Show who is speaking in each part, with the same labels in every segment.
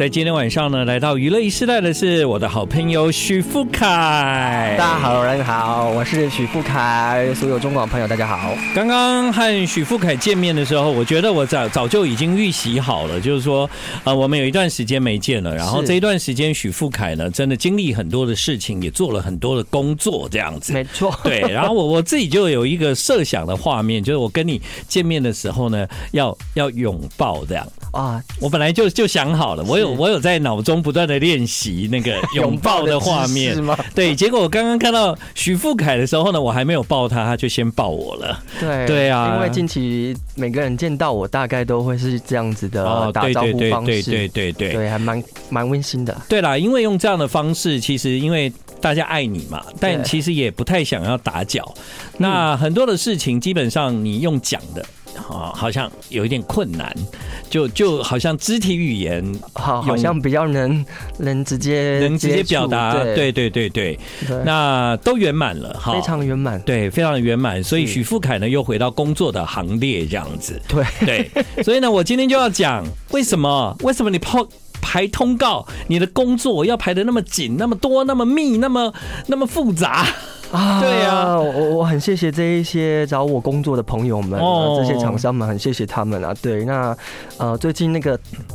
Speaker 1: 在今天晚上呢，来到娱乐一时代的是我的好朋友许富凯。
Speaker 2: 大家好，大家好，我是许富凯，所有中广朋友大家好。
Speaker 1: 刚刚和许富凯见面的时候，我觉得我早早就已经预习好了，就是说，呃，我们有一段时间没见了，然后
Speaker 2: 是
Speaker 1: 这一段时间许富凯呢，真的经历很多的事情，也做了很多的工作，这样子。
Speaker 2: 没错，
Speaker 1: 对，然后我我自己就有一个设想的画面，就是我跟你见面的时候呢，要要拥抱这样。
Speaker 2: 啊，
Speaker 1: 我本来就就想好了，我有
Speaker 2: 是
Speaker 1: 我有在脑中不断的练习那 个拥抱的画面
Speaker 2: 是。吗？
Speaker 1: 对，结果我刚刚看到徐富凯的时候呢，我还没有抱他，他就先抱我了。
Speaker 2: 对
Speaker 1: 对啊
Speaker 2: 因为近期每个人见到我，大概都会是这样子的呃打
Speaker 1: 哦对
Speaker 2: 招
Speaker 1: 对
Speaker 2: 呼
Speaker 1: 对
Speaker 2: 方
Speaker 1: 对
Speaker 2: 式，
Speaker 1: 对对对
Speaker 2: 对还蛮蛮温馨的。
Speaker 1: 对啦，因为用这样的方式，其实因为大家爱你嘛，但
Speaker 2: 对嗯
Speaker 1: 其实也不太想要打搅。那很多的事情，基本上你用讲的。啊，好像有一点困难，就就好像肢体语言
Speaker 2: 好，
Speaker 1: 有
Speaker 2: 好像比较能能直接
Speaker 1: 能直接
Speaker 2: 接触
Speaker 1: 表达，对
Speaker 2: 对
Speaker 1: 对对对，
Speaker 2: 对
Speaker 1: 那都圆满了哈，
Speaker 2: 非常圆满。
Speaker 1: 对，非常的圆满。所以
Speaker 2: 是
Speaker 1: 许富凯呢又回到工作的行列，这样子。
Speaker 2: 对
Speaker 1: 对，所以呢，我今天就要讲为什么为什么你抛排通告，你的工作要排的那么紧、那么多、那么密、那么那么复杂。
Speaker 2: 啊
Speaker 1: 对啊
Speaker 2: 我我很谢谢这一些找我工作的朋友们，
Speaker 1: 哦
Speaker 2: 啊，这些厂商们，很谢谢他们啊。对，那呃，最近那个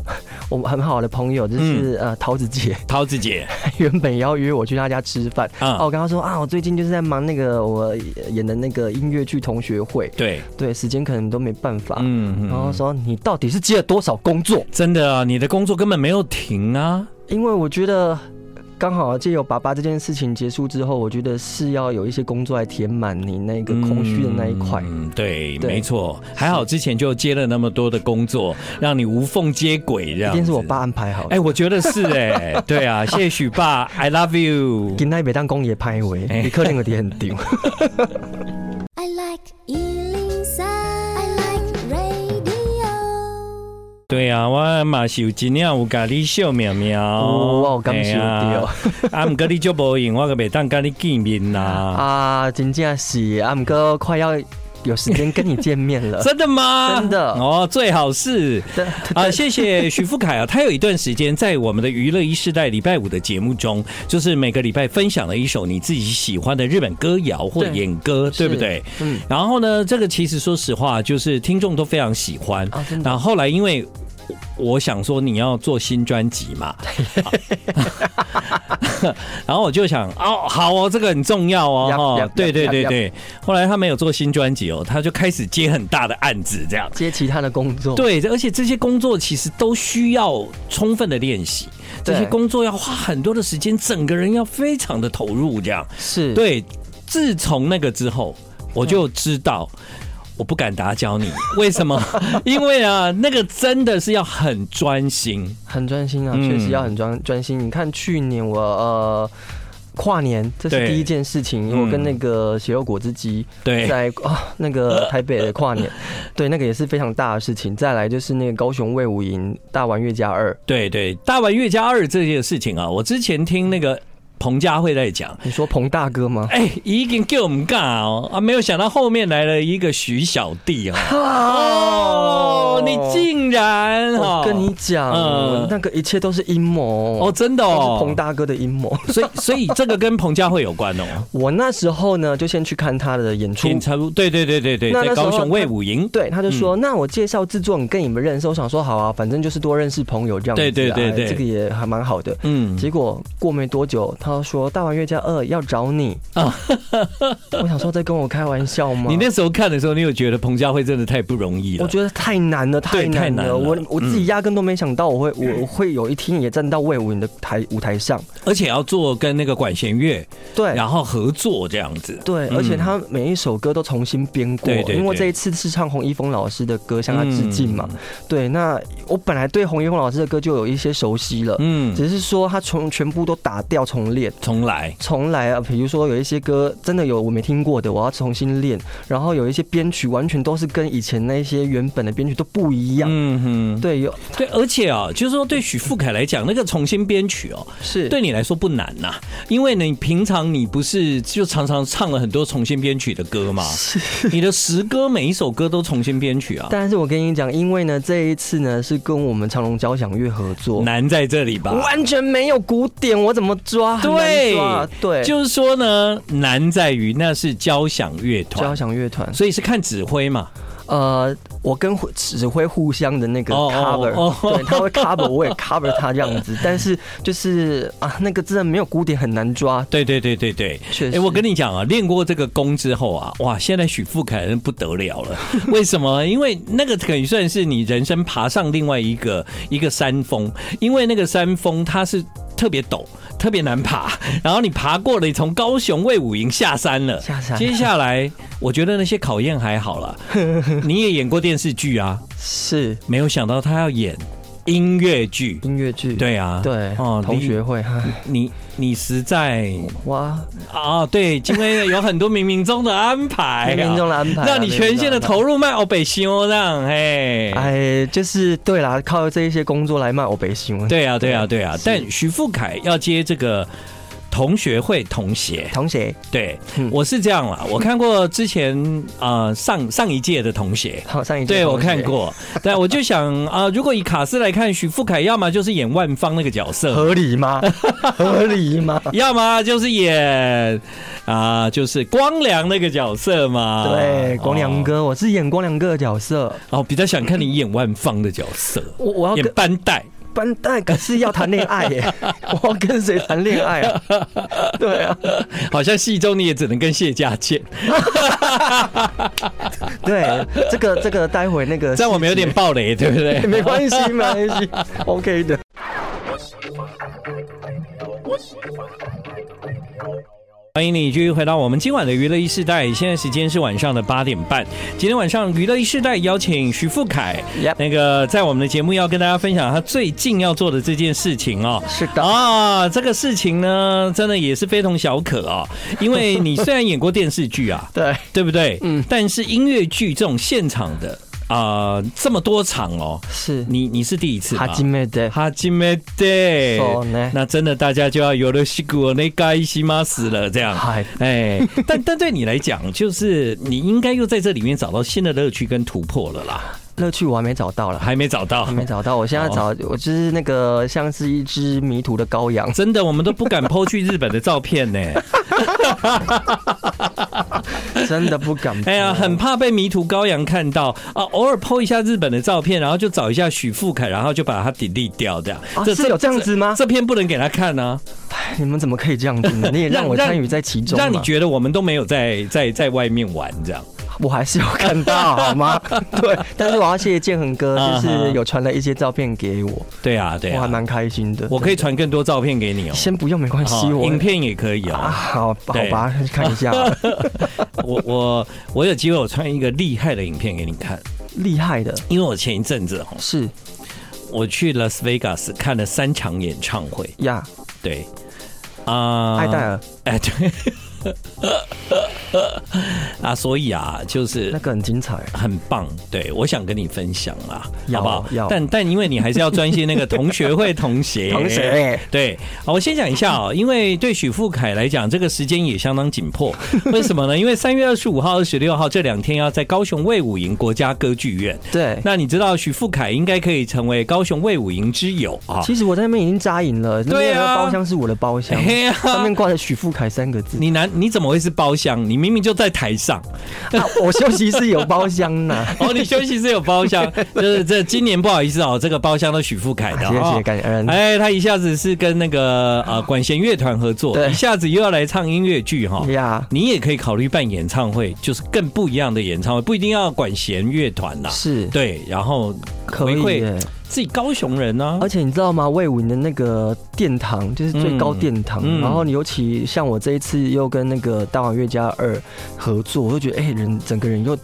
Speaker 2: 我们很好的朋友就
Speaker 1: 嗯
Speaker 2: 是、呃桃子姐，
Speaker 1: 桃子姐，
Speaker 2: 原本要约我去她家吃饭，
Speaker 1: 嗯
Speaker 2: 哦，我跟她说啊，我最近就是在忙那个我演的那个音乐剧同学会，
Speaker 1: 对，
Speaker 2: 对，时间可能都没办法。
Speaker 1: 嗯
Speaker 2: 然后说你到底是接了多少工作？
Speaker 1: 真的啊，你的工作根本没有停啊。
Speaker 2: 因为我觉得刚好啊借由爸爸这件事情结束之后，我觉得是要有一些工作来填满你那个空虚的那一块。
Speaker 1: 嗯，对，
Speaker 2: 对
Speaker 1: 没错，还好之前就接了那么多的工作，让你无缝接轨这样子。
Speaker 2: 一定是我爸安排好的。
Speaker 1: 哎、我觉得是 哎、对啊，谢谢许爸，I love you。
Speaker 2: 今天北当公也拍为，
Speaker 1: 哎
Speaker 2: 你可能有点很 丢。
Speaker 3: I like Ealing Sound. I like radio.
Speaker 1: 对啊，我嘛是有真正有甲你笑喵喵，
Speaker 2: 哦我有感受哦到
Speaker 1: 嘿啊，啊，毋过你足无用，我个袂当甲你见面 啦。
Speaker 2: 啊，真正是啊，姆哥快要有时间跟你见面了。
Speaker 1: 真的吗？
Speaker 2: 真的
Speaker 1: 哦，最好 是
Speaker 2: 对
Speaker 1: 啊！谢谢许富凯啊，他有一段时间在我们的娱乐一世代礼拜五的节目中，就是每个礼拜分享了一首你自己喜欢的日本歌谣或
Speaker 2: 对
Speaker 1: 演歌，对不
Speaker 2: 是
Speaker 1: 对？
Speaker 2: 嗯
Speaker 1: 然后呢，这个其实说实话，就是听众都非常喜欢。
Speaker 2: 啊，真的
Speaker 1: 然后后来因为我想说你要做新专辑嘛， 然后我就想哦，好哦，这个很重要哦，
Speaker 2: Yup,
Speaker 1: 哈
Speaker 2: yup,
Speaker 1: 对
Speaker 2: yup,
Speaker 1: 对对
Speaker 2: yup,
Speaker 1: 对。后来他没有做新专辑哦，他就开始接很大的案子这样。
Speaker 2: 接其他的工作，
Speaker 1: 对，而且这些工作其实都需要充分的练习，这
Speaker 2: 对
Speaker 1: 些工作要花很多的时间，整个人要非常的投入这样。
Speaker 2: 是，
Speaker 1: 对，自从那个之后，我就知道。我不敢打搅你，为什 么？因为啊，那个真的是要很专心。
Speaker 2: 很专心啊，
Speaker 1: 嗯
Speaker 2: 确实要很专专心。你看去年我呃。跨年，这是
Speaker 1: 对
Speaker 2: 第一件事情。
Speaker 1: 嗯
Speaker 2: 我跟那个血肉果汁机
Speaker 1: 对，
Speaker 2: 在啊，那个台北的跨 年，对，那个也是非常大的事情。再来就是那个高雄魏武营大玩月加二，
Speaker 1: 对对，大碗月加二这些事情啊，我之前听那个彭佳慧在讲，
Speaker 2: 你说彭大哥吗？
Speaker 1: 哎、已经给我们尬哦啊，没有想到后面来了一个徐小弟啊，哦，你竟然
Speaker 2: 哦我
Speaker 1: 哦，
Speaker 2: 跟你讲，
Speaker 1: 嗯
Speaker 2: 那个一切都是阴谋
Speaker 1: 哦，，真的
Speaker 2: 都是彭
Speaker 1: 哦，
Speaker 2: 大哥的阴谋。
Speaker 1: 所以所以这个跟彭佳慧有关哦，
Speaker 2: 我那时候呢，就先去看他的演 出。
Speaker 1: 演出对对对对对，
Speaker 2: 那那
Speaker 1: 在
Speaker 2: 时候
Speaker 1: 高雄
Speaker 2: 他
Speaker 1: 魏武营。
Speaker 2: 对，他就说：“
Speaker 1: 嗯
Speaker 2: 那我介绍制作人跟你们认识。”我想说：“好啊，反正就是多认识朋友这样子啊。
Speaker 1: 对对对对
Speaker 2: 这个也还蛮好的。
Speaker 1: 嗯，
Speaker 2: 结果过没多久，他说《大玩乐家二》要找你
Speaker 1: 啊
Speaker 2: 啊！ 我想说，在跟我开玩笑吗？
Speaker 1: 你那时候看的时候，你有觉得彭佳慧真的太不容易了？
Speaker 2: 我觉得太难了，太
Speaker 1: 对太
Speaker 2: 难
Speaker 1: 难了嗯
Speaker 2: 了。我我自己压根都没想到我会、我会有一天也站到魏武营的台舞台上。
Speaker 1: 而且要做跟那个管弦乐，
Speaker 2: 对，
Speaker 1: 然后合作这样子。
Speaker 2: 对，
Speaker 1: 嗯
Speaker 2: 而且他每一首歌都重新编过，
Speaker 1: 对对对嗯
Speaker 2: 因为这一次是唱洪一峰老师的歌向他致敬嘛。对，那我本来对洪一峰老师的歌就有一些熟悉了，
Speaker 1: 嗯，
Speaker 2: 只是说他从全部都打掉重练。
Speaker 1: 重来，
Speaker 2: 重来啊，比如说有一些歌真的有我没听过的，我要重新练。然后有一些编曲完全都是跟以前那些原本的编曲都不一样。
Speaker 1: 嗯哼，
Speaker 2: 对，有
Speaker 1: 对，而且啊、就是说对许富凯来讲，那个重新编曲哦，
Speaker 2: 是
Speaker 1: 对你来说不难呐、因为你平常你不是就常常唱了很多重新编曲的歌嘛，你的十歌每一首歌都重新编曲啊，
Speaker 2: 但是我跟你讲，因为呢，这一次呢是跟我们长隆交响乐合作，
Speaker 1: 难在这里吧？
Speaker 2: 完全没有鼓点，我怎么抓？很难
Speaker 1: 对
Speaker 2: 抓对，
Speaker 1: 就是说呢，难在于那是交响乐
Speaker 2: 交
Speaker 1: 团，
Speaker 2: 响乐团。
Speaker 1: 所以是看指挥嘛。
Speaker 2: 呃，我跟互指挥互相的那个
Speaker 1: 哦哦
Speaker 2: cover，、
Speaker 1: 哦
Speaker 2: 对，他会 cover，我也 cover 他这样子。但是就是啊，那个真的没有鼓点很难抓，
Speaker 1: 对对对对对，
Speaker 2: 确
Speaker 1: 哎、
Speaker 2: 实。
Speaker 1: 我跟你讲啊，练过这个功之后啊，哇，现在许富凯人不得了 了。为什么？因为那个可以算是你人生爬上另外一个一个山峰，因为那个山峰它是特别陡。特别难爬， 然后你爬过了，你从高雄魏武营下山了。
Speaker 2: 下山
Speaker 1: 接下来我觉得那些考验还好 了。你也演过电视剧啊，
Speaker 2: 是
Speaker 1: 没有想到他要演音乐剧。
Speaker 2: 音乐剧，
Speaker 1: 对啊，
Speaker 2: 对，
Speaker 1: 哦
Speaker 2: 同
Speaker 1: 你
Speaker 2: 学会，唉
Speaker 1: 你你实在
Speaker 2: 哇，
Speaker 1: 啊、对，因为有很多冥冥中的安排、啊，
Speaker 2: 冥冥中的安排啊，
Speaker 1: 让你全线的
Speaker 2: 冥冥中安排
Speaker 1: 投入卖欧北修让，嘿，
Speaker 2: 哎，就是对啦，靠这一些工作来卖我北新闻。，
Speaker 1: 对啊，对啊，对啊
Speaker 2: 是。
Speaker 1: 但徐富凯要接这个同学会同学，
Speaker 2: 同学，
Speaker 1: 对
Speaker 2: 嗯
Speaker 1: 我是这样啦，我看过之前啊、呃上上一届的同学。
Speaker 2: 好上一届
Speaker 1: 对，
Speaker 2: 同
Speaker 1: 我
Speaker 2: 学
Speaker 1: 看过，但我就想啊、如果以卡斯来看，许富凯要么就是演万芳那个角色，
Speaker 2: 合理吗？ 合理吗？
Speaker 1: 要么就是演啊、就是光良那个角色嘛。
Speaker 2: 对，光良
Speaker 1: 哦
Speaker 2: 哥，我是演光良哥的角色，
Speaker 1: 哦，比较想看你演万芳的角色，
Speaker 2: 我我要
Speaker 1: 演
Speaker 2: 哦跟
Speaker 1: 班代。
Speaker 2: 班代可是要谈恋爱 耶，我要跟谁谈恋爱啊？ 对啊，
Speaker 1: 好像戏中你也只能跟谢家健，
Speaker 2: 对，这个这个待会那个
Speaker 1: 这样我们有点暴雷，对不
Speaker 2: 细节
Speaker 1: 对？
Speaker 2: 没关系，没关系，OK 的。
Speaker 1: 欢迎你继续回到我们今晚的娱乐一世代，现在时间是晚上的八点半。今天晚上娱乐一世代邀请徐富凯
Speaker 2: Yep
Speaker 1: 那个在我们的节目要跟大家分享他最近要做的这件事情哦。
Speaker 2: 是的
Speaker 1: 啊，这个事情呢，真的也是非同小可哦，因为你虽然演过电视剧啊，
Speaker 2: 对，
Speaker 1: 对不对？
Speaker 2: 嗯
Speaker 1: 但是音乐剧这种现场的啊、这么多场哦，
Speaker 2: 是
Speaker 1: 你你是第一次吧
Speaker 2: 哈基妹的，
Speaker 1: 哈基梅对
Speaker 2: そうね，
Speaker 1: 那真的大家就要有了西古那该西马死了这样。
Speaker 2: 嗨，
Speaker 1: 哎，但但对你来讲，就是你应该又在这里面找到新的乐趣跟突破了啦，
Speaker 2: 乐趣我还没找到了。
Speaker 1: 还没找到
Speaker 2: 还。没找到，我现在找我就是那个像是一只迷途的羔羊，
Speaker 1: 真的，我们都不敢抛去日本的照片 呢。
Speaker 2: 真的不敢。
Speaker 1: 哎呀，很怕被迷途羔羊看到啊！偶尔抛一下日本的照片，然后就找一下许富凯，然后就把它 delete 掉，这样
Speaker 2: 啊。是有这样子吗
Speaker 1: 这片不能给他看啊，
Speaker 2: 你们怎么可以这样子呢？你也让我参与在其中嘛，
Speaker 1: 让你觉得我们都没有在在在外面玩这样。
Speaker 2: 我还是有看到，好吗？对，但是我要谢谢建恒哥，
Speaker 1: 啊哈
Speaker 2: 就是有传了一些照片给我，
Speaker 1: 对啊，对
Speaker 2: 我还
Speaker 1: 啊。
Speaker 2: 蛮开心的。
Speaker 1: 我可以传更多照片给你哦。
Speaker 2: 先不用没关系，
Speaker 1: 哦
Speaker 2: 我
Speaker 1: 影片也可以哦。
Speaker 2: 啊，好好
Speaker 1: 对
Speaker 2: 吧，看一下啊
Speaker 1: 我我我有机会我传一个厉害的影片给你看，
Speaker 2: 厉害的，
Speaker 1: 因为我前一阵子哦，
Speaker 2: 是
Speaker 1: 我去 Las Vegas 看了三场演唱会，
Speaker 2: 呀，
Speaker 1: 对。啊、
Speaker 2: 艾戴尔
Speaker 1: 哎，对， 啊，所以啊，就是
Speaker 2: 那个很精彩，
Speaker 1: 很棒，对我想跟你分享啦，
Speaker 2: 要
Speaker 1: 好不好
Speaker 2: 要？
Speaker 1: 但但因为你还是要专心那个同 学会同学
Speaker 2: 同学
Speaker 1: 对，好，我先讲一下哦，因为对许富凯来讲，这个时间也相当紧 迫，为什么呢？因为三月二十五号、二十六号这两天要在高雄卫武营国家歌剧院。
Speaker 2: 对。
Speaker 1: 那你知道许富凯应该可以成为高雄卫武营之友啊？
Speaker 2: 其实我在那边已经扎营了，那
Speaker 1: 对
Speaker 2: 边
Speaker 1: 啊
Speaker 2: 有个包厢是我的包厢，
Speaker 1: 嘿呀
Speaker 2: 上面挂着许富凯三个 字。
Speaker 1: 你难你怎么会是包厢？你明明就在台上。
Speaker 2: 啊，我休息室有包厢 呢。
Speaker 1: 哦，你休息室有包厢，就是这今年不好意思哦，这个包厢都许富凯的
Speaker 2: 啊谢
Speaker 1: 哦
Speaker 2: 谢，。感恩。
Speaker 1: 哎，他一下子是跟那个呃管弦乐团合作，
Speaker 2: 对
Speaker 1: 一下子又要来唱音乐剧哈。
Speaker 2: 呀，
Speaker 1: 你也可以考虑办演唱会，就是更不一样的演唱会，不一定要管弦乐团啦。
Speaker 2: 是
Speaker 1: 对，然后
Speaker 2: 可以
Speaker 1: 回馈
Speaker 2: 耶。
Speaker 1: 自己高雄人啊呢、
Speaker 2: 而且你知道吗？魏武营的那个殿堂就是最高殿堂，
Speaker 1: 嗯嗯
Speaker 2: 然后尤其像我这一次又跟那个大碗乐家二合作，我就觉得哎、人整个人又嘖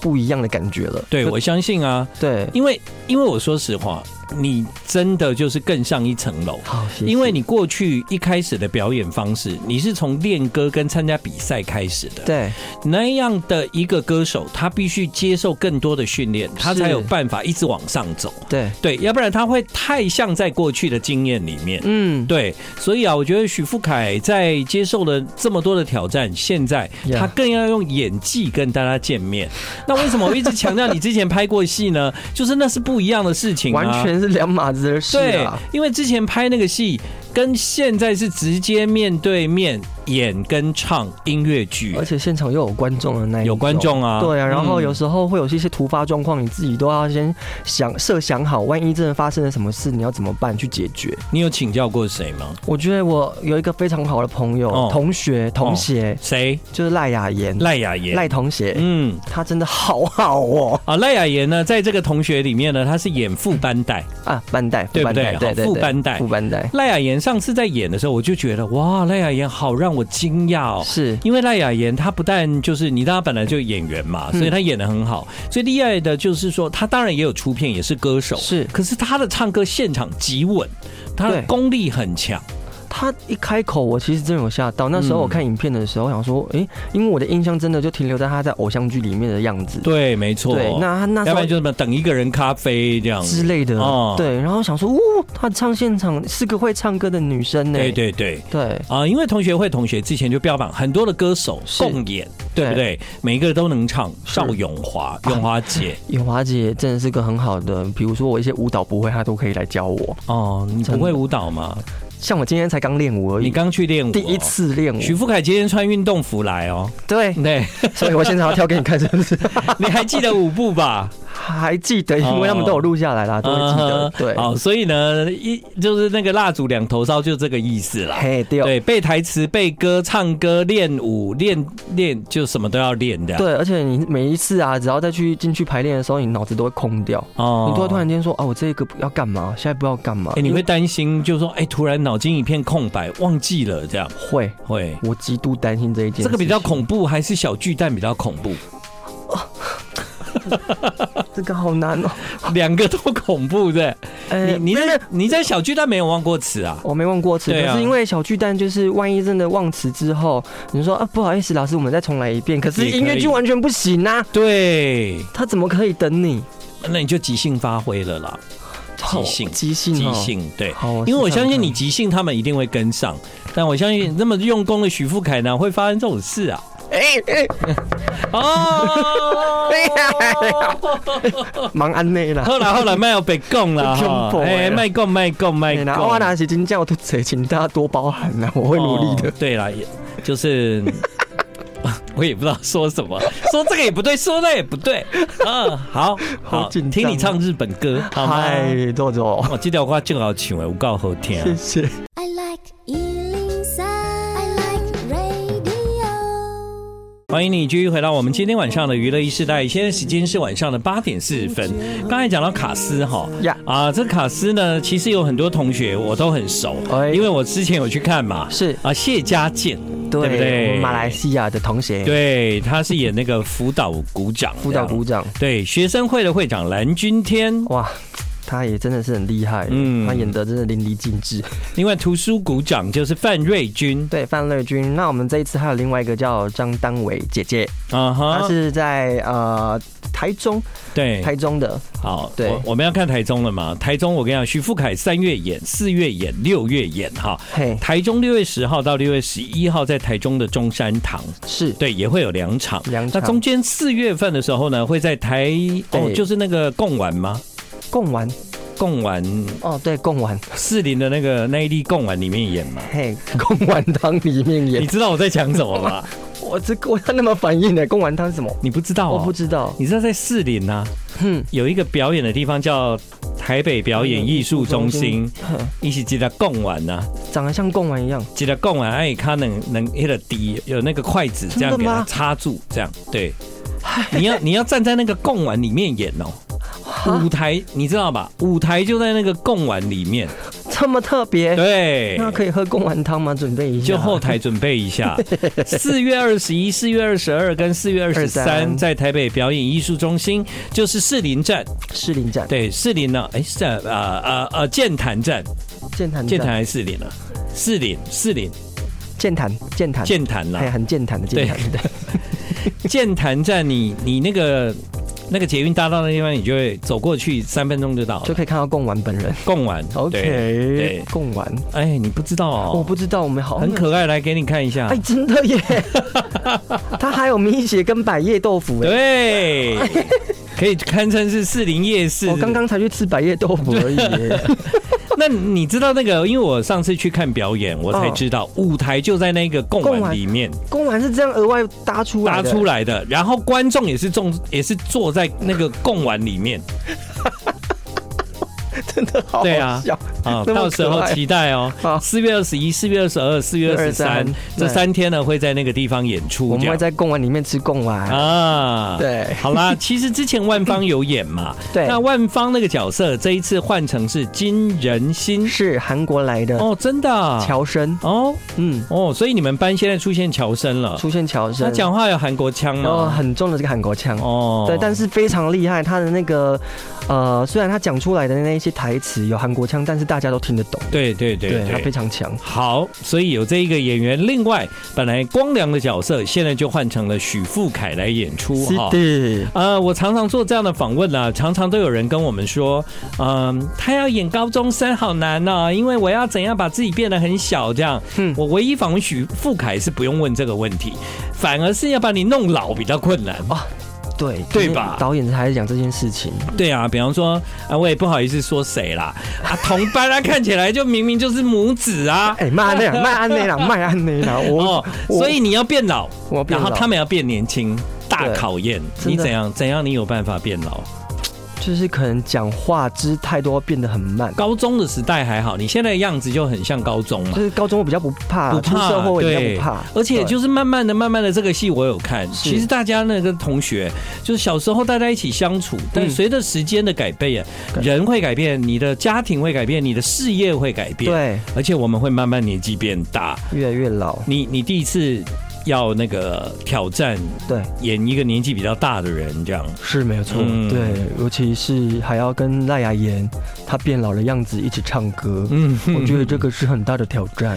Speaker 2: 不一样的感觉了。
Speaker 1: 对，
Speaker 2: 就
Speaker 1: 我相信啊，
Speaker 2: 对
Speaker 1: 因为因为我说实话，你真的就是更上一层楼。
Speaker 2: 好，谢谢
Speaker 1: 因为你过去一开始的表演方式，你是从练歌跟参加比赛开始的，
Speaker 2: 对
Speaker 1: 那样的一个歌手，他必须接受更多的训练，他才有办法一直往上走。
Speaker 2: 对，
Speaker 1: 对，要不然他会太像在过去的经验里面。
Speaker 2: 嗯，
Speaker 1: 对，所以啊，我觉得许富凯在接受了这么多的挑战，现在
Speaker 2: Yeah
Speaker 1: 他更要用演技跟大家见面。那为什么我一直强调你之前拍过戏呢？ 就是那是不一样的事情、啊，
Speaker 2: 完全是两码子的事
Speaker 1: 对
Speaker 2: 啊。，
Speaker 1: 因为之前拍那个戏跟现在是直接面对面演跟唱音乐剧
Speaker 2: 而，且现场又有观众的那一种
Speaker 1: 有观、众啊，
Speaker 2: 对啊，然后有
Speaker 1: 嗯
Speaker 2: 时候会有一些突发状况，你自己都要先想设想好，万一真的发生了什么事，你要怎么办去解决？
Speaker 1: 你有请教过谁吗？
Speaker 2: 我觉得我有一个非常好的朋友、
Speaker 1: 哦
Speaker 2: 同学、同学，
Speaker 1: 谁？
Speaker 2: 就是赖雅妍、
Speaker 1: 赖雅妍。
Speaker 2: 赖同学，
Speaker 1: 嗯，
Speaker 2: 他真的好好哦
Speaker 1: 啊，赖雅妍呢，在这个同学里面呢，她是演副班带。
Speaker 2: 啊，班带，
Speaker 1: 对
Speaker 2: 副
Speaker 1: 不
Speaker 2: 班
Speaker 1: 对
Speaker 2: 带，对
Speaker 1: 好
Speaker 2: 对，
Speaker 1: 副
Speaker 2: 对
Speaker 1: 班带
Speaker 2: 副班带
Speaker 1: 赖雅妍上次在演的时候，我就觉得哇，赖雅妍好让我惊讶哦。
Speaker 2: 是
Speaker 1: 因为赖雅妍她不但就是你，知道她本来就演员嘛，
Speaker 2: 嗯
Speaker 1: 所以她演的很好。最厉害的就是说，她当然也有出片，也是歌手，
Speaker 2: 是，
Speaker 1: 可是她的唱歌现场极稳，她的
Speaker 2: 对
Speaker 1: 功力很强。
Speaker 2: 他一开口，我其实真有吓到。那
Speaker 1: 嗯
Speaker 2: 时候我看影片的时候，我想说，诶，因为我的印象真的就停留在他在偶像剧里面的样子，
Speaker 1: 对，没错。
Speaker 2: 对，那他那
Speaker 1: 要
Speaker 2: 时
Speaker 1: 不
Speaker 2: 候
Speaker 1: 然就什么等一个人咖啡这样
Speaker 2: 之类的，
Speaker 1: 哦
Speaker 2: 对。然后想说，哦，她唱现场是个会唱歌的女生呢。
Speaker 1: 对对对。
Speaker 2: 对
Speaker 1: 啊、因为同学会同学之前就标榜很多的歌手
Speaker 2: 是
Speaker 1: 共演，对不对？每一个都能唱，邵永华、永华姐，
Speaker 2: 永华姐真的是个很好的，比如说我一些舞蹈不会，她都可以来教我。
Speaker 1: 哦，你不
Speaker 2: 真的
Speaker 1: 会舞蹈吗？
Speaker 2: 像我今天才刚练舞而
Speaker 1: 你
Speaker 2: 已，
Speaker 1: 刚去练舞、啊
Speaker 2: 第一。次练舞，
Speaker 1: 许富凯今天穿运动服来哦，
Speaker 2: 对，
Speaker 1: 对，
Speaker 2: 所以我现场要跳给你看，是不 是？
Speaker 1: 你还记得舞步吧？
Speaker 2: 还记得，因为他们都有录下来啦，都会记得。
Speaker 1: 嗯
Speaker 2: 对，
Speaker 1: 好，所以呢，一就是那个蜡烛两头烧，就这个意思啦。
Speaker 2: 嘿，对哦。
Speaker 1: 对，啊背台词、背歌、唱歌、练舞、练练，就什么都要练的。，
Speaker 2: 对，而且你每一次啊，只要再去进去排练的时候，你脑子都会空掉，
Speaker 1: 哦
Speaker 2: 你都会突然间说啊，我这个要干嘛，下一步要干嘛？
Speaker 1: 哎、你
Speaker 2: 因
Speaker 1: 会
Speaker 2: 为
Speaker 1: 担心，就是说，哎、突然脑筋一片空白，忘记了这样，
Speaker 2: 会，
Speaker 1: 会。
Speaker 2: 我极度担心这一件事情。
Speaker 1: 这个比较恐怖，还是小巨蛋比较恐怖？
Speaker 2: 这个好难哦。
Speaker 1: 两个都恐怖，对。
Speaker 2: 哎
Speaker 1: 你你
Speaker 2: 没有没
Speaker 1: 在
Speaker 2: 有
Speaker 1: 你在小巨蛋没有忘过词啊？
Speaker 2: 我没忘过词，
Speaker 1: 对啊
Speaker 2: 可是因为小巨蛋就是万一真的忘词之后，你说啊不好意思，老师，我们再重来一遍，可是
Speaker 1: 也可以
Speaker 2: 音乐剧完全不行啊，
Speaker 1: 对，
Speaker 2: 他怎么可以等你？
Speaker 1: 那你就即兴发挥了啦，
Speaker 2: 好
Speaker 1: 兴
Speaker 2: 即兴
Speaker 1: 即
Speaker 2: 哦，
Speaker 1: 兴对。
Speaker 2: 好，
Speaker 1: 因为我
Speaker 2: 试看
Speaker 1: 相信
Speaker 2: 看
Speaker 1: 你即兴，他们一定会跟上。但我相信那么用功的许富凯呢，会发生这种事啊！
Speaker 2: 哎
Speaker 1: 哦，
Speaker 2: 哎忙安内啦。
Speaker 1: 后来后来卖有被供了哈
Speaker 2: 恐怖，欸
Speaker 1: 哎，卖供卖供卖
Speaker 2: 对
Speaker 1: 供
Speaker 2: 啦，，哇，哎哦那是真叫我嘴，请大家多包涵啦，我会努力的
Speaker 1: 哦。对啦，也就是 我也不知道说什么，说这个也不对，说那也不对。嗯，好
Speaker 2: 好紧张
Speaker 1: 听你唱日本歌，好吗？
Speaker 2: 嗨，豆豆，
Speaker 1: 我这条歌正好唱的，有够好听。
Speaker 2: 谢谢。
Speaker 3: I like Ealing Sound. I like radio.
Speaker 1: 欢迎你继续回到我们今天晚上的娱乐一世代，现在时间是晚上的八点四十分。
Speaker 2: 嗯
Speaker 1: 刚才讲到卡斯哈。
Speaker 2: 呀，
Speaker 1: 啊，这卡斯呢，其实有很多同学我都很熟，
Speaker 2: 哎
Speaker 1: 因为我之前有去看嘛。
Speaker 2: 是
Speaker 1: 啊，谢家健，对不对
Speaker 2: 我们马来西亚的同学，，
Speaker 1: 对，他是演那个辅导鼓掌，
Speaker 2: 辅导鼓掌，
Speaker 1: 对，学生会的会长蓝钧天，
Speaker 2: 哇，他也真的是很厉害，
Speaker 1: 嗯
Speaker 2: 嗯，他演的真的淋漓尽致。
Speaker 1: 另外图书股长就是范瑞君，
Speaker 2: 对，范乐君。那我们这一次还有另外一个叫张丹伟姐姐，
Speaker 1: 啊
Speaker 2: 她
Speaker 1: 哈，
Speaker 2: 是在呃台中，
Speaker 1: 对，
Speaker 2: 台中的，
Speaker 1: 好，
Speaker 2: 对
Speaker 1: 我我们要看台中了嘛？台中我跟你讲，徐富凯三月演，四月演，六月演哈。
Speaker 2: 嘿，
Speaker 1: 台中六月十号到六月十一号在台中的中山堂，
Speaker 2: 是
Speaker 1: 对，也会有两场。
Speaker 2: 两
Speaker 1: 那
Speaker 2: 场
Speaker 1: 中间四月份的时候呢，会在台哦，
Speaker 2: 对
Speaker 1: 就是那个贡丸吗？
Speaker 2: 贡丸
Speaker 1: 贡丸
Speaker 2: 哦，对，贡丸，
Speaker 1: 四零的那个那一粒贡丸里面演嘛。
Speaker 2: 嘿，贡丸汤里面
Speaker 1: 你
Speaker 2: 演，
Speaker 1: 知道我在讲什么吗？
Speaker 2: 我这我他那么反应的，贡丸汤是什么？
Speaker 1: 你不知道、哦？
Speaker 2: 我不知道，
Speaker 1: 你知道在士林啊，
Speaker 2: 嗯
Speaker 1: 有一个表演的地方叫台北表演艺术中心，
Speaker 2: 哼
Speaker 1: 一起记得贡丸呐，
Speaker 2: 长得像贡丸一样，
Speaker 1: 记得贡丸，哎，它能能 hit 低，有那个筷子这样
Speaker 2: 真
Speaker 1: 给
Speaker 2: 的吗
Speaker 1: 它插住，这样对。你要你要站在那个贡丸里面演哦，舞台你知道吧？舞台就在那个贡丸里面，
Speaker 2: 这么特
Speaker 1: 哎
Speaker 2: 别。
Speaker 1: 对，
Speaker 2: 那可以喝贡丸汤吗？准备一下。
Speaker 1: 就后台准备一 下，四月二十一、四月二十二跟四月二十三
Speaker 2: 23
Speaker 1: 在台北表演艺术中心，就是士林站。
Speaker 2: 士林站，
Speaker 1: 对，士林呢？哎，是在呃呃呃剑潭站，
Speaker 2: 健谈
Speaker 1: 剑
Speaker 2: 站
Speaker 1: 潭还是士林呢？啊士林，士林，
Speaker 2: 健谈健谈，
Speaker 1: 剑潭
Speaker 2: 哎，
Speaker 1: 啦，
Speaker 2: 很健谈的健谈，对，
Speaker 1: 剑潭站你，你那个那个捷运大道那地方，你就会走过去三分钟就到
Speaker 2: 就
Speaker 1: 了。
Speaker 2: 可以看到贡丸本人。
Speaker 1: 贡丸
Speaker 2: OK，
Speaker 1: 对，
Speaker 2: 贡丸，
Speaker 1: 哎，你不知道
Speaker 2: 我
Speaker 1: 哦，
Speaker 2: 不知道，我们好像
Speaker 1: 很可爱，来给你看一下
Speaker 2: 哎，。真 的耶！它还有米血跟百叶豆腐哎，
Speaker 1: 对，可以堪称是士林夜市。
Speaker 2: 我刚刚才去吃百叶豆腐而已耶。
Speaker 1: 那你知道那个？因为我上次去看表演，我
Speaker 2: 嗯
Speaker 1: 才知道、舞台就在那个贡
Speaker 2: 贡
Speaker 1: 碗
Speaker 2: 丸
Speaker 1: 里面
Speaker 2: 贡丸是这样额外搭出来
Speaker 1: 搭
Speaker 2: 的，
Speaker 1: 出来的，然后观众也是中，也是坐在那个贡碗里面
Speaker 2: 真的好好
Speaker 1: 对啊
Speaker 2: 笑
Speaker 1: 啊。
Speaker 2: 那么可爱啊
Speaker 1: 到时候期待哦
Speaker 2: 好，
Speaker 1: 四月二十一、四月二十二、四月二十三
Speaker 2: 23
Speaker 1: 这三天呢，会在那个地方演出。
Speaker 2: 我们会
Speaker 1: 这样
Speaker 2: 在贡丸里面吃贡丸，
Speaker 1: 啊，。
Speaker 2: 对
Speaker 1: 好啦，其实之前万芳有演嘛，
Speaker 2: 对
Speaker 1: 那万芳那个角色这一次换成是金仁 心
Speaker 2: 是韩国来的
Speaker 1: 哦，真的啊
Speaker 2: 乔生，
Speaker 1: 哦
Speaker 2: 嗯，
Speaker 1: 哦，所以你们班现在出现乔生了，
Speaker 2: 出现乔
Speaker 1: 哦他
Speaker 2: 生，
Speaker 1: 讲话有韩国腔
Speaker 2: 然后
Speaker 1: 吗？
Speaker 2: 很重的这个韩国腔，
Speaker 1: 哦，
Speaker 2: 对，但是非常厉害，他的那个呃，虽然他讲出来的那一些台词有韩国腔，但是大家都听得懂，
Speaker 1: 对对对
Speaker 2: 对他
Speaker 1: 对
Speaker 2: 非常强，
Speaker 1: 好，所以有这一个演员，另外本来光良的角色，现在就换成了许富凯来演出
Speaker 2: 是的，
Speaker 1: 呃，我常常做这样的访问啦、常常都有人跟我们说，嗯、他要演高中生好难哦，因为我要怎样把自己变得很小这样。嗯
Speaker 2: 嗯，
Speaker 1: 我唯一访问许富凯是不用问这个问题，反而是要把你弄老比较困难。
Speaker 2: 哦对
Speaker 1: 对吧
Speaker 2: 导演还是讲这件事情，
Speaker 1: 对啊，比方说啊，我也不好意思说谁啦，啊，同班啊， 看起来就明明就是母子啊，
Speaker 2: 哎，卖安 内啦，卖安内啦，卖安内啦，
Speaker 1: 哦
Speaker 2: 啊我，我
Speaker 1: 所以你要变老，
Speaker 2: 我变
Speaker 1: 然
Speaker 2: 老
Speaker 1: 后他们要变年轻，大
Speaker 2: 对
Speaker 1: 考验，
Speaker 2: 真的
Speaker 1: 你怎样怎样，你有办法变老？
Speaker 2: 就是可能讲话姿态都要变得很慢，
Speaker 1: 高中的时代还好，你现在的样子就很像高中嘛
Speaker 2: 就。是高中我比较不怕，
Speaker 1: 嗯不
Speaker 2: 出
Speaker 1: 怕，
Speaker 2: 社会我比较
Speaker 1: 对，
Speaker 2: 不怕，
Speaker 1: 而且就是慢慢的、慢慢的，这个戏我有看。
Speaker 2: 是
Speaker 1: 其实大家那个同学，就是小时候大家一起相处，但
Speaker 2: 嗯
Speaker 1: 随着时间的改变，啊人会改变，你的家庭会改变，你的事业会改变。
Speaker 2: 对，
Speaker 1: 而且我们会慢慢年纪变大。
Speaker 2: 越来越老，
Speaker 1: 你你第一次要那个挑战
Speaker 2: 对，
Speaker 1: 演一个年纪比较大的人，这样
Speaker 2: 是没有错，
Speaker 1: 嗯
Speaker 2: 对，尤其是还要跟赖雅妍她变老的样子一起唱歌，
Speaker 1: 嗯
Speaker 2: 我觉得这个是很大的挑战，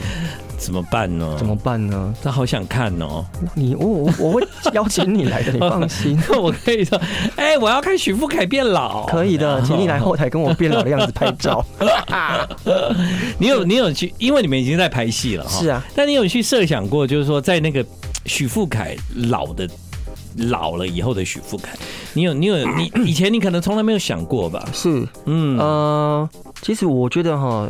Speaker 1: 怎么办呢？
Speaker 2: 怎么办呢？
Speaker 1: 他好想看哦！。
Speaker 2: 你我我我会邀请你来的，你放心
Speaker 1: 我可以说，哎、我要看许富凯变老。
Speaker 2: 可以的，请你来后台跟我变老的样子拍照。
Speaker 1: 你有你有去，因为你们已经在拍戏了哈。
Speaker 2: 是啊，
Speaker 1: 但你有去设想过，就是说在那个许富凯老的老了以后的许富凯，你有你有 你以前你可能从来没有想过吧？
Speaker 2: 是，
Speaker 1: 嗯，
Speaker 2: 呃，其实我觉得哈，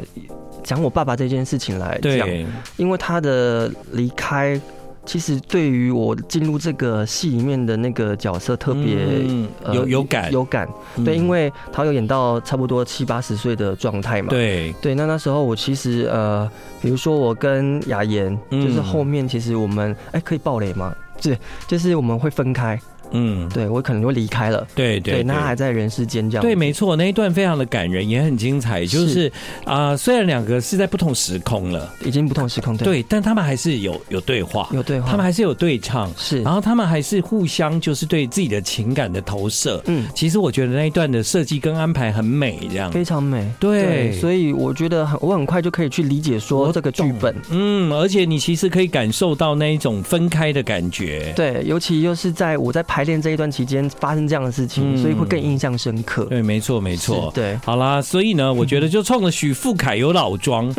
Speaker 2: 讲我爸爸这件事情来讲，
Speaker 1: 对，
Speaker 2: 因为他的离开，其实对于我进入这个戏里面的那个角色特别、
Speaker 1: 嗯
Speaker 2: 呃
Speaker 1: 有有感，
Speaker 2: 有感。
Speaker 1: 嗯
Speaker 2: 对，因为他有演到差不多七八十岁的状态嘛。
Speaker 1: 对
Speaker 2: 对，那那时候我其实呃，比如说我跟雅妍，
Speaker 1: 嗯
Speaker 2: 就是后面其实我们哎、可以爆雷吗？是，就是我们会分开，
Speaker 1: 嗯，
Speaker 2: 对我可能会离开了，
Speaker 1: 对对
Speaker 2: 那他还在人世间这样。
Speaker 1: 对，没错，那一段非常的感人，也很精彩。就是啊、虽然两个是在不同时空了，
Speaker 2: 已经不同时空，对，
Speaker 1: 对，但他们还是有有对话，
Speaker 2: 有对话，
Speaker 1: 他们还是有对唱，
Speaker 2: 是
Speaker 1: 然后他们还啊是互相就是对自己的情感的投射。
Speaker 2: 嗯，
Speaker 1: 其实我觉得那一段的设计跟安排很美，这样。
Speaker 2: 非常美。
Speaker 1: 对
Speaker 2: 所以我觉得很我很快就可以去理解说这个剧本。
Speaker 1: 嗯，而且你其实可以感受到那一种分开的感觉。
Speaker 2: 对，尤其又是在我在排练这一段期间发生这样的事情，
Speaker 1: 嗯
Speaker 2: 所以会更印象深刻。
Speaker 1: 对，没错，没错
Speaker 2: 是。嗯对，
Speaker 1: 好啦，所以呢，我觉得就冲着许富凯有老 妆，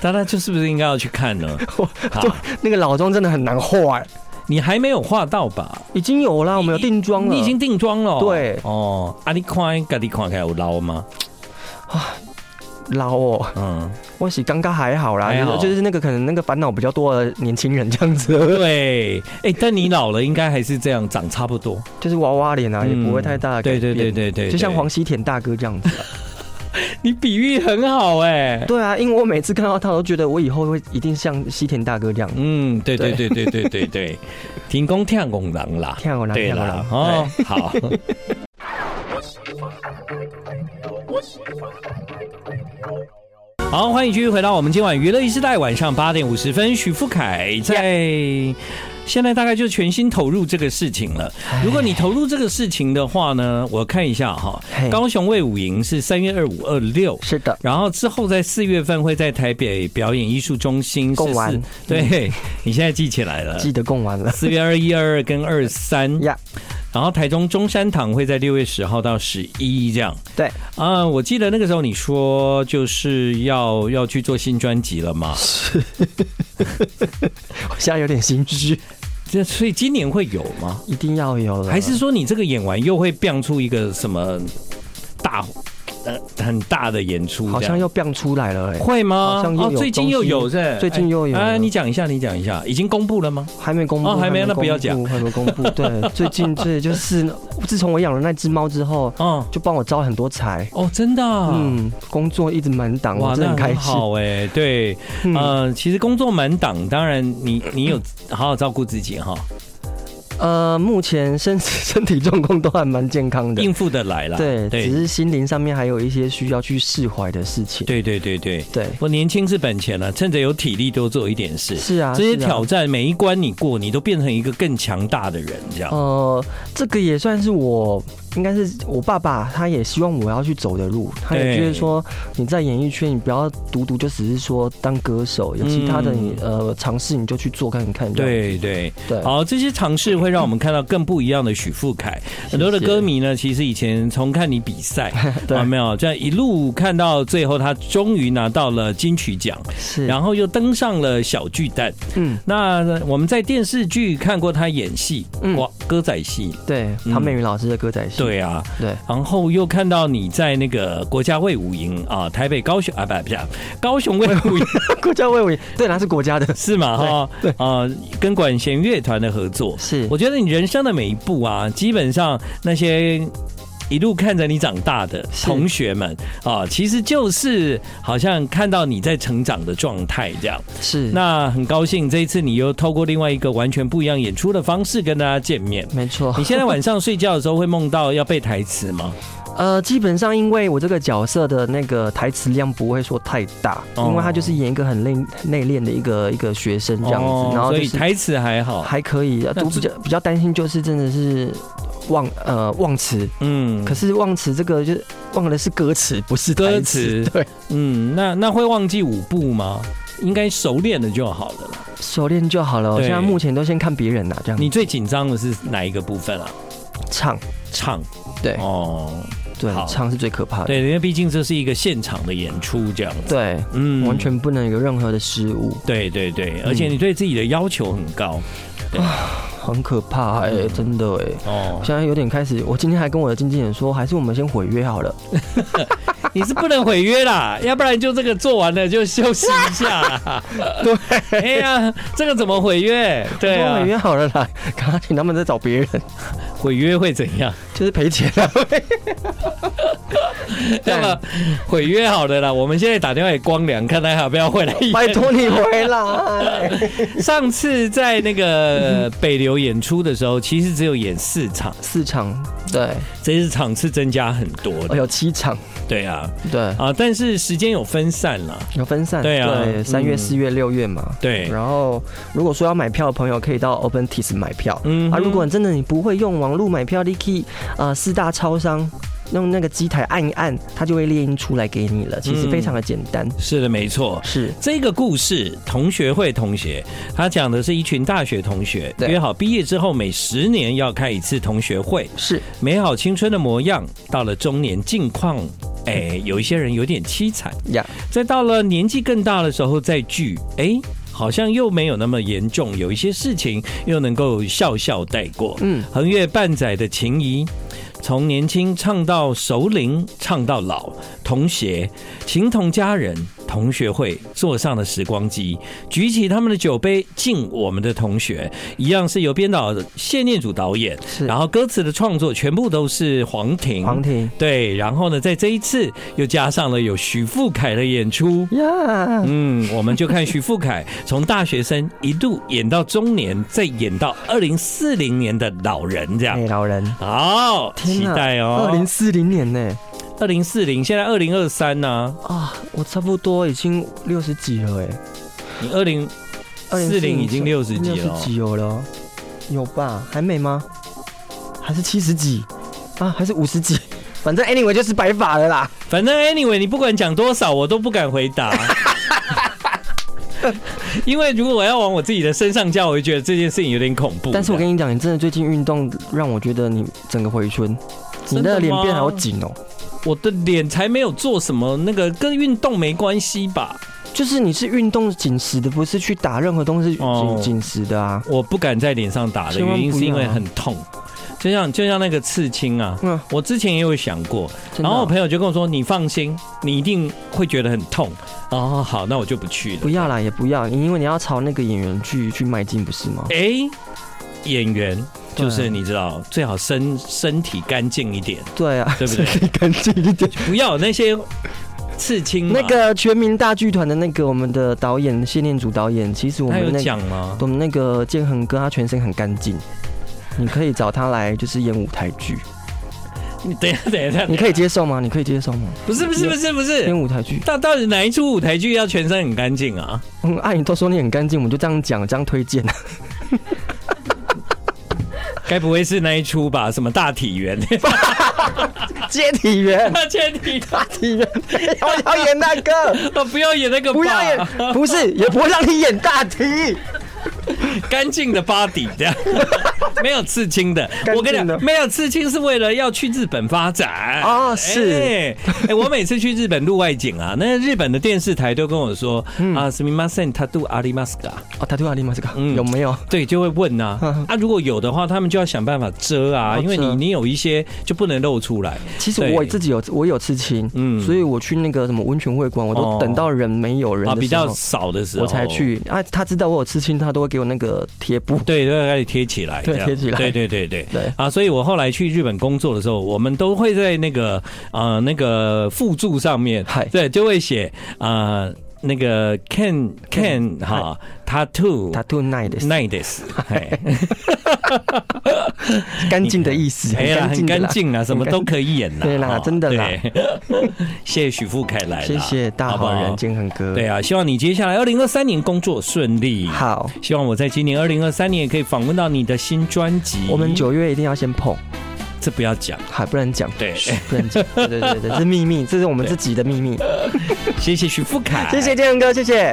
Speaker 1: 大家就是不是应该要去看呢？好，
Speaker 2: 那个老妆真的很难画、哎
Speaker 1: 你还没有画到吧？
Speaker 2: 已经有啦，我们有定妆了。
Speaker 1: 你已经定妆了哦。
Speaker 2: 对
Speaker 1: 哦，啊，你看，家己看起来有老吗？
Speaker 2: 老哦，
Speaker 1: 嗯，
Speaker 2: 我洗刚刚还好啦，
Speaker 1: 还好
Speaker 2: 就是那个可能那个烦恼比较多的年轻人这 样子，
Speaker 1: 对，哎、但你老了应该还是这样，长差不多。
Speaker 2: 就是娃娃脸啊，也
Speaker 1: 嗯
Speaker 2: 不会太大的
Speaker 1: 对
Speaker 2: 改变。
Speaker 1: 对对对对，
Speaker 2: 就像
Speaker 1: 对
Speaker 2: 黄，西田大哥这样子啊，
Speaker 1: 你比喻很好哎、
Speaker 2: 对啊，因为我每次看到他，我都觉得我以后会一定像西田大哥这样。
Speaker 1: 嗯，对对对对对对 对，停工跳拱狼啦，哦
Speaker 2: 跳拱人哎
Speaker 1: 对
Speaker 2: 跳拱
Speaker 1: 啦
Speaker 2: 人，
Speaker 1: 哦，好。好，欢迎继续回到我们今晚娱乐一时代晚上八点五十分，许富凯在。现在大概就全心投入这个事情了。
Speaker 2: 哎
Speaker 1: 如果你投入这个事情的话呢，我看一下哈
Speaker 2: 嘿，
Speaker 1: 高雄卫武营是三月二五、二六，
Speaker 2: 是的，
Speaker 1: 然后之后在四月份会在台北表演艺术中心是
Speaker 2: 共玩嗯
Speaker 1: 四对，你现在记起来了。
Speaker 2: 记得供完了
Speaker 1: 四月二一、二二跟二三，
Speaker 2: 呀。
Speaker 1: 然后台中中山堂会在六月十号到十一这样。
Speaker 2: 对，
Speaker 1: 啊、我记得那个时候你说就是要要去做新专辑了嘛，
Speaker 2: 我现在有点心虚，
Speaker 1: 这所以今年会有吗？
Speaker 2: 一定要有了。
Speaker 1: 还是说你这个演完又会变出一个什么大呃很大的演出这样？
Speaker 2: 好像又变出来了、欸，
Speaker 1: 会吗哦
Speaker 2: 好？像又有
Speaker 1: 最近又有
Speaker 2: 东西
Speaker 1: 是？
Speaker 2: 最近又有
Speaker 1: 哎
Speaker 2: 了
Speaker 1: 你讲一下，你讲一下，已经公布了吗？
Speaker 2: 还没公布，
Speaker 1: 哦还没那
Speaker 2: 公
Speaker 1: 不要
Speaker 2: 布
Speaker 1: 讲
Speaker 2: 还没公 布。对，最近这就是自从我养了那只猫之后，
Speaker 1: 哦
Speaker 2: 就帮我招很多财。
Speaker 1: 哦，真的啊、
Speaker 2: 嗯，工作一直满档，我真的
Speaker 1: 那
Speaker 2: 很开心。
Speaker 1: 好哎、对，
Speaker 2: 嗯
Speaker 1: 呃，其实工作满档，当然你你有好好照顾自己哈，
Speaker 2: 呃，目前身 身体状况都还蛮健康的，
Speaker 1: 应付得来啦。
Speaker 2: 对，只
Speaker 1: 对
Speaker 2: 是心灵上面还有一些需要去释怀的事情。
Speaker 1: 对对对对，
Speaker 2: 对，
Speaker 1: 我年轻是本钱了、啊趁着有体力多做一点事。
Speaker 2: 是啊，
Speaker 1: 这些
Speaker 2: 是啊
Speaker 1: 挑战每一关你过，你都变成一个更强大的人，这样。
Speaker 2: 呃，这个也算是我，应该是我爸爸，他也希望我要去走的路。他也觉
Speaker 1: 对
Speaker 2: 得说，你在演艺圈，你不要独独就只是说当歌手，有其他的你、呃尝试，你就去做看看。
Speaker 1: 对嗯对，
Speaker 2: 对，
Speaker 1: 好，这些尝试会让我们看到更不一样的许富凯。很多的歌迷呢，其实以前从看你比赛，
Speaker 2: 对
Speaker 1: 啊，没有这样一路看到最后，他终于拿到了金曲奖，
Speaker 2: 是，
Speaker 1: 然后又登上了小巨蛋。
Speaker 2: 嗯，
Speaker 1: 那我们在电视剧看过他演戏，
Speaker 2: 嗯
Speaker 1: 哇，歌仔戏，
Speaker 2: 对，
Speaker 1: 嗯
Speaker 2: 唐美云老师的歌仔戏。
Speaker 1: 对啊，
Speaker 2: 对，
Speaker 1: 然后又看到你在那个国家卫武营啊，台北、高雄啊，不不是高雄卫武营
Speaker 2: 国家卫武，对，那是国家 的，
Speaker 1: 是吗？哈，啊，跟管弦乐团的合作，
Speaker 2: 是
Speaker 1: 我觉得你人生的每一步啊，基本上那些。一路看着你长大的
Speaker 2: 是
Speaker 1: 同学们啊，其实就是好像看到你在成长的状态这样。
Speaker 2: 是
Speaker 1: 那很高兴这一次你又透过另外一个完全不一样演出的方式跟大家见面。
Speaker 2: 没错
Speaker 1: 你。现在晚上睡觉的时候会梦到要背台词吗？
Speaker 2: 呃，基本上因为我这个角色的那个台词量不会说太大，
Speaker 1: 哦
Speaker 2: 因为他就是演一个很内内敛的一个一个学生这样子，然
Speaker 1: 哦
Speaker 2: 后、
Speaker 1: 所
Speaker 2: 就是、
Speaker 1: 以台词还好。
Speaker 2: 还可以，
Speaker 1: 那
Speaker 2: 都比
Speaker 1: 这
Speaker 2: 较比较担心就是真的是忘呃忘词，
Speaker 1: 嗯，
Speaker 2: 可是忘词这个就是忘的是歌词，不是
Speaker 1: 歌
Speaker 2: 台
Speaker 1: 词
Speaker 2: 对，
Speaker 1: 嗯，那那会忘记舞步吗？应该熟练了就好了啦。
Speaker 2: 熟练就好了。我
Speaker 1: 对
Speaker 2: 现在目前都先看别人啊啦，这样
Speaker 1: 你最紧张的是哪一个部分啊？
Speaker 2: 唱
Speaker 1: 唱
Speaker 2: 对
Speaker 1: 哦，
Speaker 2: 对
Speaker 1: 好
Speaker 2: 唱是最可怕的，
Speaker 1: 对，因为毕竟这是一个现场的演出，这样子，
Speaker 2: 对，
Speaker 1: 嗯
Speaker 2: 完全不嗯能有任何的失误，
Speaker 1: 对对对，而且你对自己的要求很高
Speaker 2: 很可怕哎、
Speaker 1: 嗯
Speaker 2: 真的哎、
Speaker 1: 哦
Speaker 2: 我，现在有点开始，我今天还跟我的经纪人说，还是我们先毁约好了。
Speaker 1: 你是不能毁约啦，要不然就这个做完了就休息一下 啦。对，哎呀，这个怎么毁约？对
Speaker 2: 我说
Speaker 1: 啊
Speaker 2: 毁，约好了啦，赶快请他们再找别人，
Speaker 1: 毁约会怎样？
Speaker 2: 就是赔钱 啊。
Speaker 1: 那么毁约好的啦，我们现在打电话给光良，看他要不要回来演。
Speaker 2: 拜托你回来，
Speaker 1: 上次在那个北流演出的时候，其实只有演四场，
Speaker 2: 四场对，
Speaker 1: 这次场次增加很多
Speaker 2: 哦
Speaker 1: 的。
Speaker 2: 有七场
Speaker 1: 对啊，
Speaker 2: 对。
Speaker 1: 啊，但是时间有分散了。
Speaker 2: 有分散，
Speaker 1: 对啊嗯
Speaker 2: 三月、四月、六月嘛。
Speaker 1: 对，
Speaker 2: 然后，如果说要买票的朋友，可以到 OpenTix 买票。
Speaker 1: 嗯
Speaker 2: 啊，如果真的你不会用网络买票，你可以呃四大超商用那个机台按一按，它就会列印出来给你了。其实
Speaker 1: 嗯
Speaker 2: 非常的简单。
Speaker 1: 是的，没错。
Speaker 2: 是
Speaker 1: 这个故事，同学会同学，他讲的是一群大学同学
Speaker 2: 对
Speaker 1: 约好毕业之后每十年要开一次同学会，
Speaker 2: 是，
Speaker 1: 美好青春的模样，到了中年境况， 哎，有一些人有点凄惨，
Speaker 2: 呀，
Speaker 1: 再到了年纪更大的时候再聚，哎。好像又没有那么严重，有一些事情又能够笑笑带过。
Speaker 2: 嗯，
Speaker 1: 横越半载的情谊，从年轻唱到熟龄，唱到老，同学、情同家人，同学会坐上了时光机，举起他们的酒杯敬我们的同学，一样是由编导谢念祖导演，
Speaker 2: 是
Speaker 1: 然后歌词的创作全部都是黄婷。
Speaker 2: 黄婷
Speaker 1: 对，然后呢，在这一次又加上了有许富凯的演出。
Speaker 2: 呀
Speaker 1: 嗯，我们就看许富凯从大学生一度演到中年，再演到二零四零年的老人这样
Speaker 2: 哎，。老人，
Speaker 1: 好，期
Speaker 2: 天
Speaker 1: 待哦。
Speaker 2: 二零四零年呢？
Speaker 1: 二零四零，现在二零二三呢？
Speaker 2: 啊，我差不多已经六十几了哎。
Speaker 1: 你二零四零已经六十几了
Speaker 2: 六
Speaker 1: 哦
Speaker 2: 十几有了哦，有吧？还没吗？还是七十几啊？还是五十几？ 反正 anyway 就是白发了啦。
Speaker 1: 反正 anyway，你不管讲多少，我都不敢回答。 因为如果我要往我自己的身上加，我就觉得这件事情有点恐怖。
Speaker 2: 但是我
Speaker 1: 你
Speaker 2: 跟你讲，你真的最近运动让我觉得你整个回春，你的脸变好紧哦。
Speaker 1: 我的脸才没有做什么，那个跟运动没关系吧？
Speaker 2: 就是你是运动紧实的，不是去打任何东西
Speaker 1: 哦
Speaker 2: 紧紧实的啊。
Speaker 1: 我不敢在脸上打的
Speaker 2: 千万
Speaker 1: 原因
Speaker 2: 不
Speaker 1: 是因为
Speaker 2: 要啊
Speaker 1: 很痛，就像就像那个刺青啊，
Speaker 2: 嗯，
Speaker 1: 我之前也有想过，
Speaker 2: 真的
Speaker 1: 然
Speaker 2: 哦
Speaker 1: 后我朋友就跟我说：“你放心，你一定会觉得很痛。”哦，好，那我就不去了
Speaker 2: 不。要啦，也不要，因为你要朝那个演员去去迈进，不是吗？
Speaker 1: 哎、演员
Speaker 2: 对啊
Speaker 1: 就是你知道，最好身身体干净一点，
Speaker 2: 对啊，
Speaker 1: 对不 对
Speaker 2: 干净一点。
Speaker 1: 不要有那些刺青嘛。
Speaker 2: 那个全民大剧团的那个我们的导演谢念祖导演，其实我
Speaker 1: 他
Speaker 2: 们
Speaker 1: 有
Speaker 2: 那
Speaker 1: 讲吗？
Speaker 2: 我们那个建恒哥他全身很干净，你可以找他来就是演舞台剧，
Speaker 1: 啊你等一下，等一下，
Speaker 2: 你可以接受吗？你可以接受吗？
Speaker 1: 不是不是不是不是
Speaker 2: 演，舞台剧，
Speaker 1: 到到底哪一出舞台剧要全身很干净啊？
Speaker 2: 嗯，啊，你都说你很干净，我们就这样讲，这样推 荐。
Speaker 1: 该不会是那一出吧？什么大体 员？
Speaker 2: 接体员，
Speaker 1: 大千体，
Speaker 2: 大体 员，我要演那个，
Speaker 1: 我呃不要演那个，
Speaker 2: 不要演，不是，也不会让你演大体。
Speaker 1: 干净的 body 这 样，没有刺青的。
Speaker 2: 干净的
Speaker 1: 我跟你讲，没有刺青是为了要去日本发展
Speaker 2: 哦是
Speaker 1: 哎哎我每次去日本录外景 啊，那日本的电视台都跟我说、
Speaker 2: 嗯
Speaker 1: 啊，すみません、タトゥーありますか？
Speaker 2: 哦，他对阿里玛这个
Speaker 1: 嗯
Speaker 2: 有没有？
Speaker 1: 对，就会问呐、啊，如果有的话，他们就要想办法遮啊，
Speaker 2: 嗯哦
Speaker 1: 因为你
Speaker 2: 遮
Speaker 1: 你有一些就不能露出来。
Speaker 2: 其实
Speaker 1: 对
Speaker 2: 我自己有，我有刺青，
Speaker 1: 嗯
Speaker 2: 嗯，所以我去那个什么温泉会馆，我
Speaker 1: 哦
Speaker 2: 都等到人没有人
Speaker 1: 啊，
Speaker 2: 的
Speaker 1: 比
Speaker 2: 时
Speaker 1: 较
Speaker 2: 候，
Speaker 1: 少的哦时候
Speaker 2: 我才。去。啊，他知道我有刺青，他都会给我那个贴布。
Speaker 1: 对，都要开始贴起来，
Speaker 2: 对
Speaker 1: 这样
Speaker 2: 贴起来
Speaker 1: 对对对对
Speaker 2: 对
Speaker 1: 啊！所以我后来去日本工作的时候，我们都会在那个呃那个附注上面
Speaker 2: 嗨，
Speaker 1: 对，就会写啊、呃那个 Ken Ken 哈 Tattoo
Speaker 2: Tattoo night，
Speaker 1: n i g h t s 哎
Speaker 2: 干净的意思，
Speaker 1: 哎呀，很
Speaker 2: 的
Speaker 1: 干
Speaker 2: 啦
Speaker 1: 净啊，什么都可以演呐，
Speaker 2: 对啦
Speaker 1: 哈
Speaker 2: 真的啦。
Speaker 1: 对谢谢许富凯来啦，
Speaker 2: 谢谢大
Speaker 1: 不
Speaker 2: 好人建恒哥。
Speaker 1: 对啊，希望你接下来二零二三年工作顺利。
Speaker 2: 好，
Speaker 1: 希望我在今年二零二三年也可以访问到你的新专辑。
Speaker 2: 我们九月一定要先碰，
Speaker 1: 这不要讲。
Speaker 2: 还不能讲，
Speaker 1: 对
Speaker 2: 嘘不能讲，对对对对，这是秘密，这是我们自己的秘密。
Speaker 1: 谢谢许富凯，
Speaker 2: 谢谢建恒哥，谢谢。